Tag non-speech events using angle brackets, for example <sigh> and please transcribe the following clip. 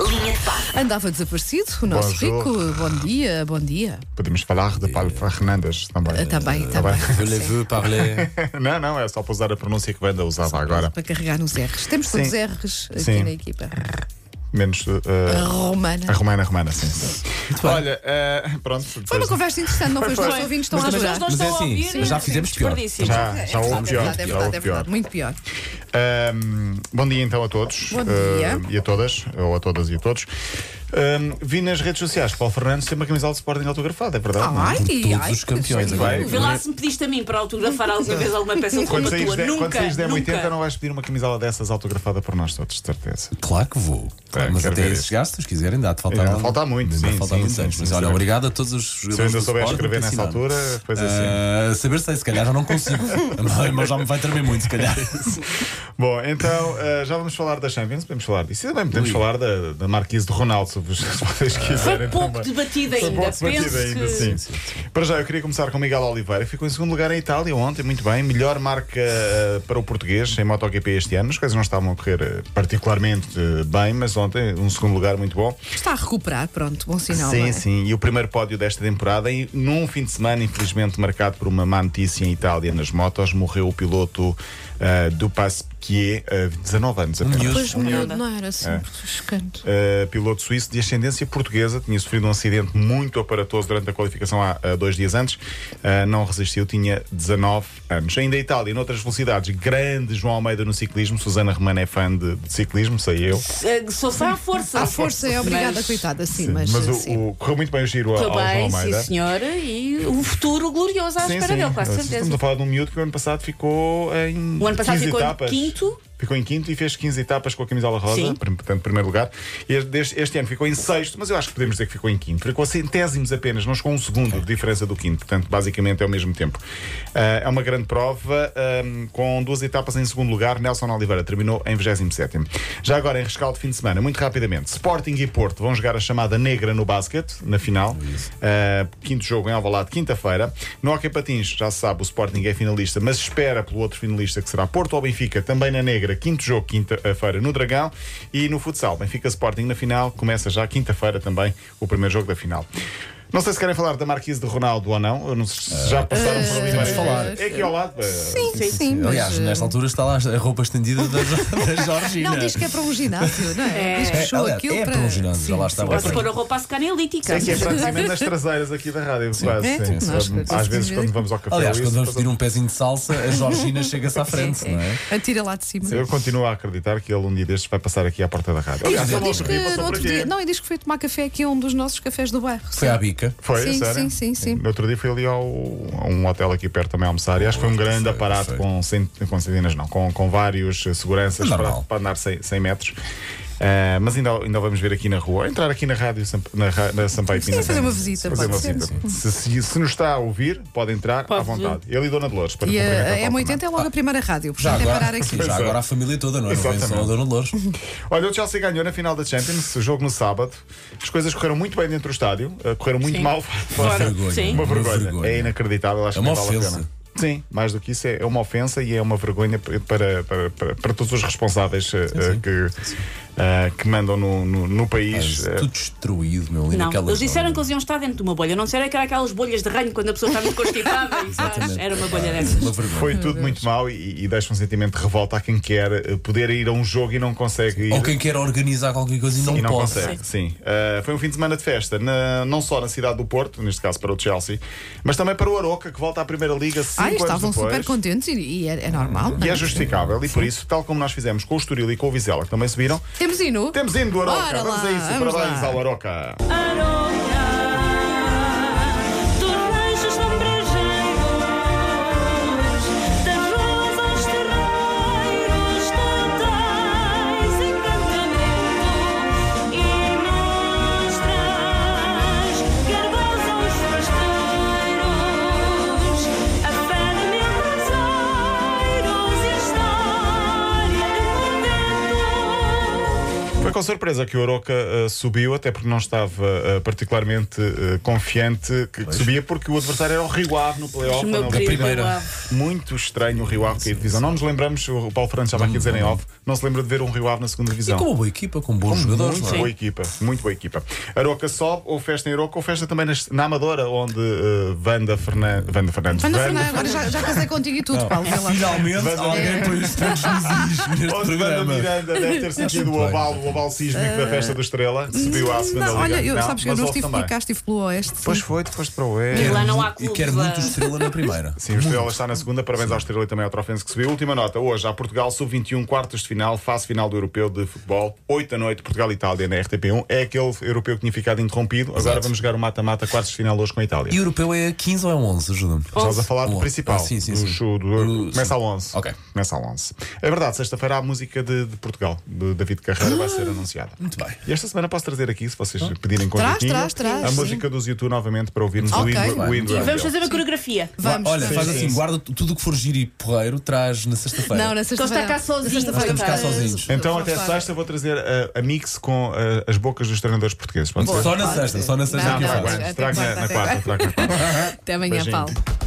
Linha de passe. Andava desaparecido, o nosso rico. Bonjour. Bom dia, bom dia. Podemos falar de Paulo Fernandes também. Ah, Também, Tá também. Je les veux parler. <laughs> bem? <laughs> não, não, é só para usar a pronúncia que Wanda usava agora. Para carregar nos R's. Temos todos Sim. R's aqui Sim. na equipa. Menos uh, A uh, romana. a romana, romana, sim. sim. Olha, uh, pronto. Foi uma depois- conversa interessante, não foi? Os Foi. nossos ouvintes estão a Mas adorar. também- Mas é assim, mas já fizemos pior. Desperdício. Já, já É houve verdade, é verdade, pior. é já verdade, houve é pior. verdade, muito pior. Ahm, bom dia então a todos Bom dia. ah, e a todas, ou a todas e a todos. Ahm, vi nas redes sociais que Paulo Fernandes tem uma camisola de Sporting autografada, é verdade? não é? Ai, todos ai, os que campeões desafio. agora. Vê lá se me pediste a mim para autografar alguma vez alguma peça de é? Quando roupa saís tua. de- quando nunca, saís da nunca. M80 não vais pedir uma camisola dessas autografada por nós todos, de certeza. Claro que vou. Claro, É, mas quero até ver esses isso. gastos, se quiserem, dá de faltar. um. Ainda algum- falta muito, Tá ainda sim, falta sim, muitos sim, anos. sim, um Mas sim. olha, obrigado a todos os Se eu jogadores. ainda do souber Sporting escrever que nessa assinaram. altura, coisa assim. Ah, saber sei, se calhar já <laughs> não consigo. mas já me vai tremer muito, se calhar. Bom, então ah, já vamos falar da Champions, podemos falar disso. E também podemos Ui. falar da, da Marquise de Ronaldo, se vos- se vocês <laughs> Foi quiserem. pouco também. debatida Foi ainda. pouco debatida Penso ainda, que. Ah. sim. Para já, eu queria começar com Miguel Oliveira, que ficou em segundo lugar em Itália ontem, muito bem. Melhor marca eh, para o português em MotoGP este ano. As coisas não estavam a correr eh, particularmente eh, bem, mas ontem um segundo lugar muito bom. Está a recuperar, pronto, bom sinal. não sim, é? sim. E o primeiro pódio desta temporada, e num fim de semana, infelizmente, marcado por uma má notícia em Itália nas motos, morreu o piloto eh, do Pasquier, eh, 19 anos apenas. Um Miúdo. Pois miúdo, não era assim, chocante. Uh, piloto suíço de ascendência portuguesa, tinha sofrido um acidente muito aparatoso durante a qualificação há uh, dois dias antes, Uh, não resistiu, tinha 19 anos. Ainda em Itália, noutras velocidades, grande João Almeida no ciclismo, Susana Romana é fã de, de ciclismo, sei eu. Eh, Só sai à força. À força, é obrigada, Mas- coitada, sim, mas. assim. Mas sim. o, o- correu muito bem o giro ao, Tudo ao João bem, sim Almeida. senhora, e um futuro glorioso à espera dele, com Estamos certeza. a falar de um miúdo que o ano passado ficou em O ano passado 15 ficou em etapas. quinto. Ficou em quinto e fez 15 etapas com a camisola rosa, Sim. prim- portanto, primeiro lugar. Este, este- este ano ficou em sexto, mas eu acho que podemos dizer que ficou em quinto. Ficou a centésimos apenas, não chegou a um segundo de diferença do quinto, portanto, basicamente é o mesmo tempo. Ah, é uma grande prova, ahm, com duas etapas em segundo lugar. Nelson Oliveira terminou em 27. Já agora, em rescaldo de fim de semana, muito rapidamente, Sporting e Porto vão jogar a chamada negra no basquete, na final. É Ah, quinto jogo em Alvalade, quinta-feira. No Hockey Patins, já se sabe, o Sporting é finalista, mas espera pelo outro finalista, que será Porto ou Benfica, também na Negra, quinto jogo, quinta-feira, no Dragão. E no futsal, Benfica Sporting na final, começa já quinta-feira também o primeiro jogo da final. Não sei se querem falar da Marquise de Ronaldo ou não, eu não sei se Ah. já passaram por ali várias falar. vezes. É aqui ao lado. eh, Sim, sim, mas, Aliás, eh, nesta altura está lá a roupa estendida da, <laughs> da Georgina. Não, diz que é para um ginásio, não é? Diz que É, fechou aliás, aquilo é para. para um ginásio, já lá está. Ou se pôr a roupa a secar É analítica. que é praticamente nas traseiras aqui da rádio. quase, É, sim. nós- Às vezes, quando vamos ao café, Aliás, ou quando isso, vamos pedir um pezinho de salsa, a Georgina chega-se à frente, não é? Atira lá de cima. Eu continuo a acreditar que ele um dia destes vai passar aqui à porta da rádio. Aliás, Ele ele diz outro dia que passou no por outro aqui. dia. Não, ele diz que foi tomar café aqui a um dos nossos cafés do bairro. Foi à bica. Foi, Sim, sério? sim, sim, sim. No outro dia fui ali ao, a um hotel aqui perto também a almoçar e acho que foi um grande Oh, sei, aparato sei. com, cent, com centenas, não, com, com vários eh, seguranças É para, normal. para andar 100, 100 metros. Ah, mas ainda, ainda vamos ver aqui na rua, entrar aqui na rádio Samp- na, ra- na Sampaio Sim, Pina. fazer uma visita, Fazer pode uma ser. visita. Se, se- se nos está a ouvir, pode entrar à Pode. vontade. Ele e Dona Dolores para E cumprimentar a, Paulo a M80 é logo Ah. a primeira rádio, Já portanto é parar agora, aqui. sim, já agora a família toda, não é? Não vem só a Exatamente. Dona Lourdes. Olha, o Chelsea ganhou na final da Champions, o jogo no sábado. As coisas correram muito bem dentro do estádio, eh, correram muito Sim. mal Uma fora. vergonha. sim. Uma vergonha. vergonha. É inacreditável, acho É uma que não vale ofensa. a pena. Sim, mais do que isso, é é uma ofensa e é uma vergonha p- para, para, para, para todos os responsáveis eh, eh, que, eh, que mandam no, no, no país. eh, Tudo destruído, meu. ali Não, naquela eles disseram zona. que eles iam estar dentro de uma bolha. Não disseram que era aquelas bolhas de ranho quando a <laughs> pessoa está muito constipada e faz. Era uma bolha dessas. Uma vergonha. Foi tudo muito mal e, e deixa um sentimento de revolta a quem quer eh, poder ir a um jogo e não consegue ir. Ou quem quer organizar qualquer coisa Um e não, E não pode. consegue, sim. Uh, foi um fim de semana de festa, na- não só na cidade do Porto, neste caso para o Chelsea, mas também para o Aroca, que volta à Primeira Liga cinco Ai, anos Ah, estavam depois. super contentes e, e é, é normal. não E é? é justificável, e por isso, tal como nós fizemos com o Estoril e com o Vizela, que também subiram, Temos hino? temos indo do Aroca. Bora vamos lá, a isso, vamos parabéns lá. ao Aroca. Foi Foi com surpresa que o Oroca eh, subiu, até porque não estava eh, particularmente eh, confiante que, que subia, porque o adversário era o Rio Ave no playoff. Meu não- querido primeira. Rio Ave. Muito estranho o Rio Ave cair de divisão. Não nos lembramos, o Paulo Fernandes estava aqui a dizer em off, não se lembra de ver um Rio Ave na segunda E divisão. com uma boa equipa, com bons jogadores, Muito não é? boa equipa, muito boa equipa. Aroca sobe, ou festa em Aroca, ou festa também nas- na Amadora, onde eh, Wanda, Fernan- Wanda Fernandes. Ana Wanda Fernanda, agora já, já casei contigo e tudo, Paulo. vê lá. é? Finalmente Mas- alguém põe os pontos nos is neste Onde Wanda programa. Miranda deve ter sentido o muito bem. abalo, o abalo sísmico da festa do Estrela, que subiu à segunda Não, liga. olha, eu, sabes que eu mas não houve estive por também. cá, estive pelo Oeste. sim. Pois foi, depois para o Oeste. Mas lá não há E clubes. quer a- muito estrela na primeira. Sim, o Estrela está na segunda. Parabéns ao Estrela e também ao Trofense que subiu. Última nota. Hoje, a Portugal, sub-21, quartos de final, fase final do Europeu de Futebol. 8 da noite, Portugal-Itália na RTP1. É aquele europeu que tinha ficado interrompido. Agora vamos jogar o mata-mata, quartos de final hoje com a Itália. E o europeu é 15 ou é 11? Ajuda-me. Estás a falar do Onze. principal. Ah, sim, sim, do sim. show do- Do- Começa sim. ao 11. Ok. Começa ao 11. É verdade, sexta-feira há música de, de Portugal, de David Carreira, vai ser anunciada. Ah, Muito bem. Então, E esta semana posso trazer aqui, se vocês pedirem com Traz, jeitinho, traz, traz, a sim. música dos YouTube novamente para ouvirmos Ok. o Wind- Vai. Wind E Rebel. vamos fazer uma coreografia. Vamos. Olha, vamos. faz assim, guarda tu- tudo o que for giro e porreiro, traz na sexta-feira. Não, na Que ele sexta-feira. Então está cá sozinho. Nós estamos cá coitado. sozinhos. Então, Vou até falar. sexta, vou trazer uh, a mix com uh, as bocas dos treinadores portugueses. Pode ser? Só na sexta, só na sexta Não, é que eu não, faço. não. Trago na- na quarta, trago na quarta. Até amanhã, Beijinho. Paulo.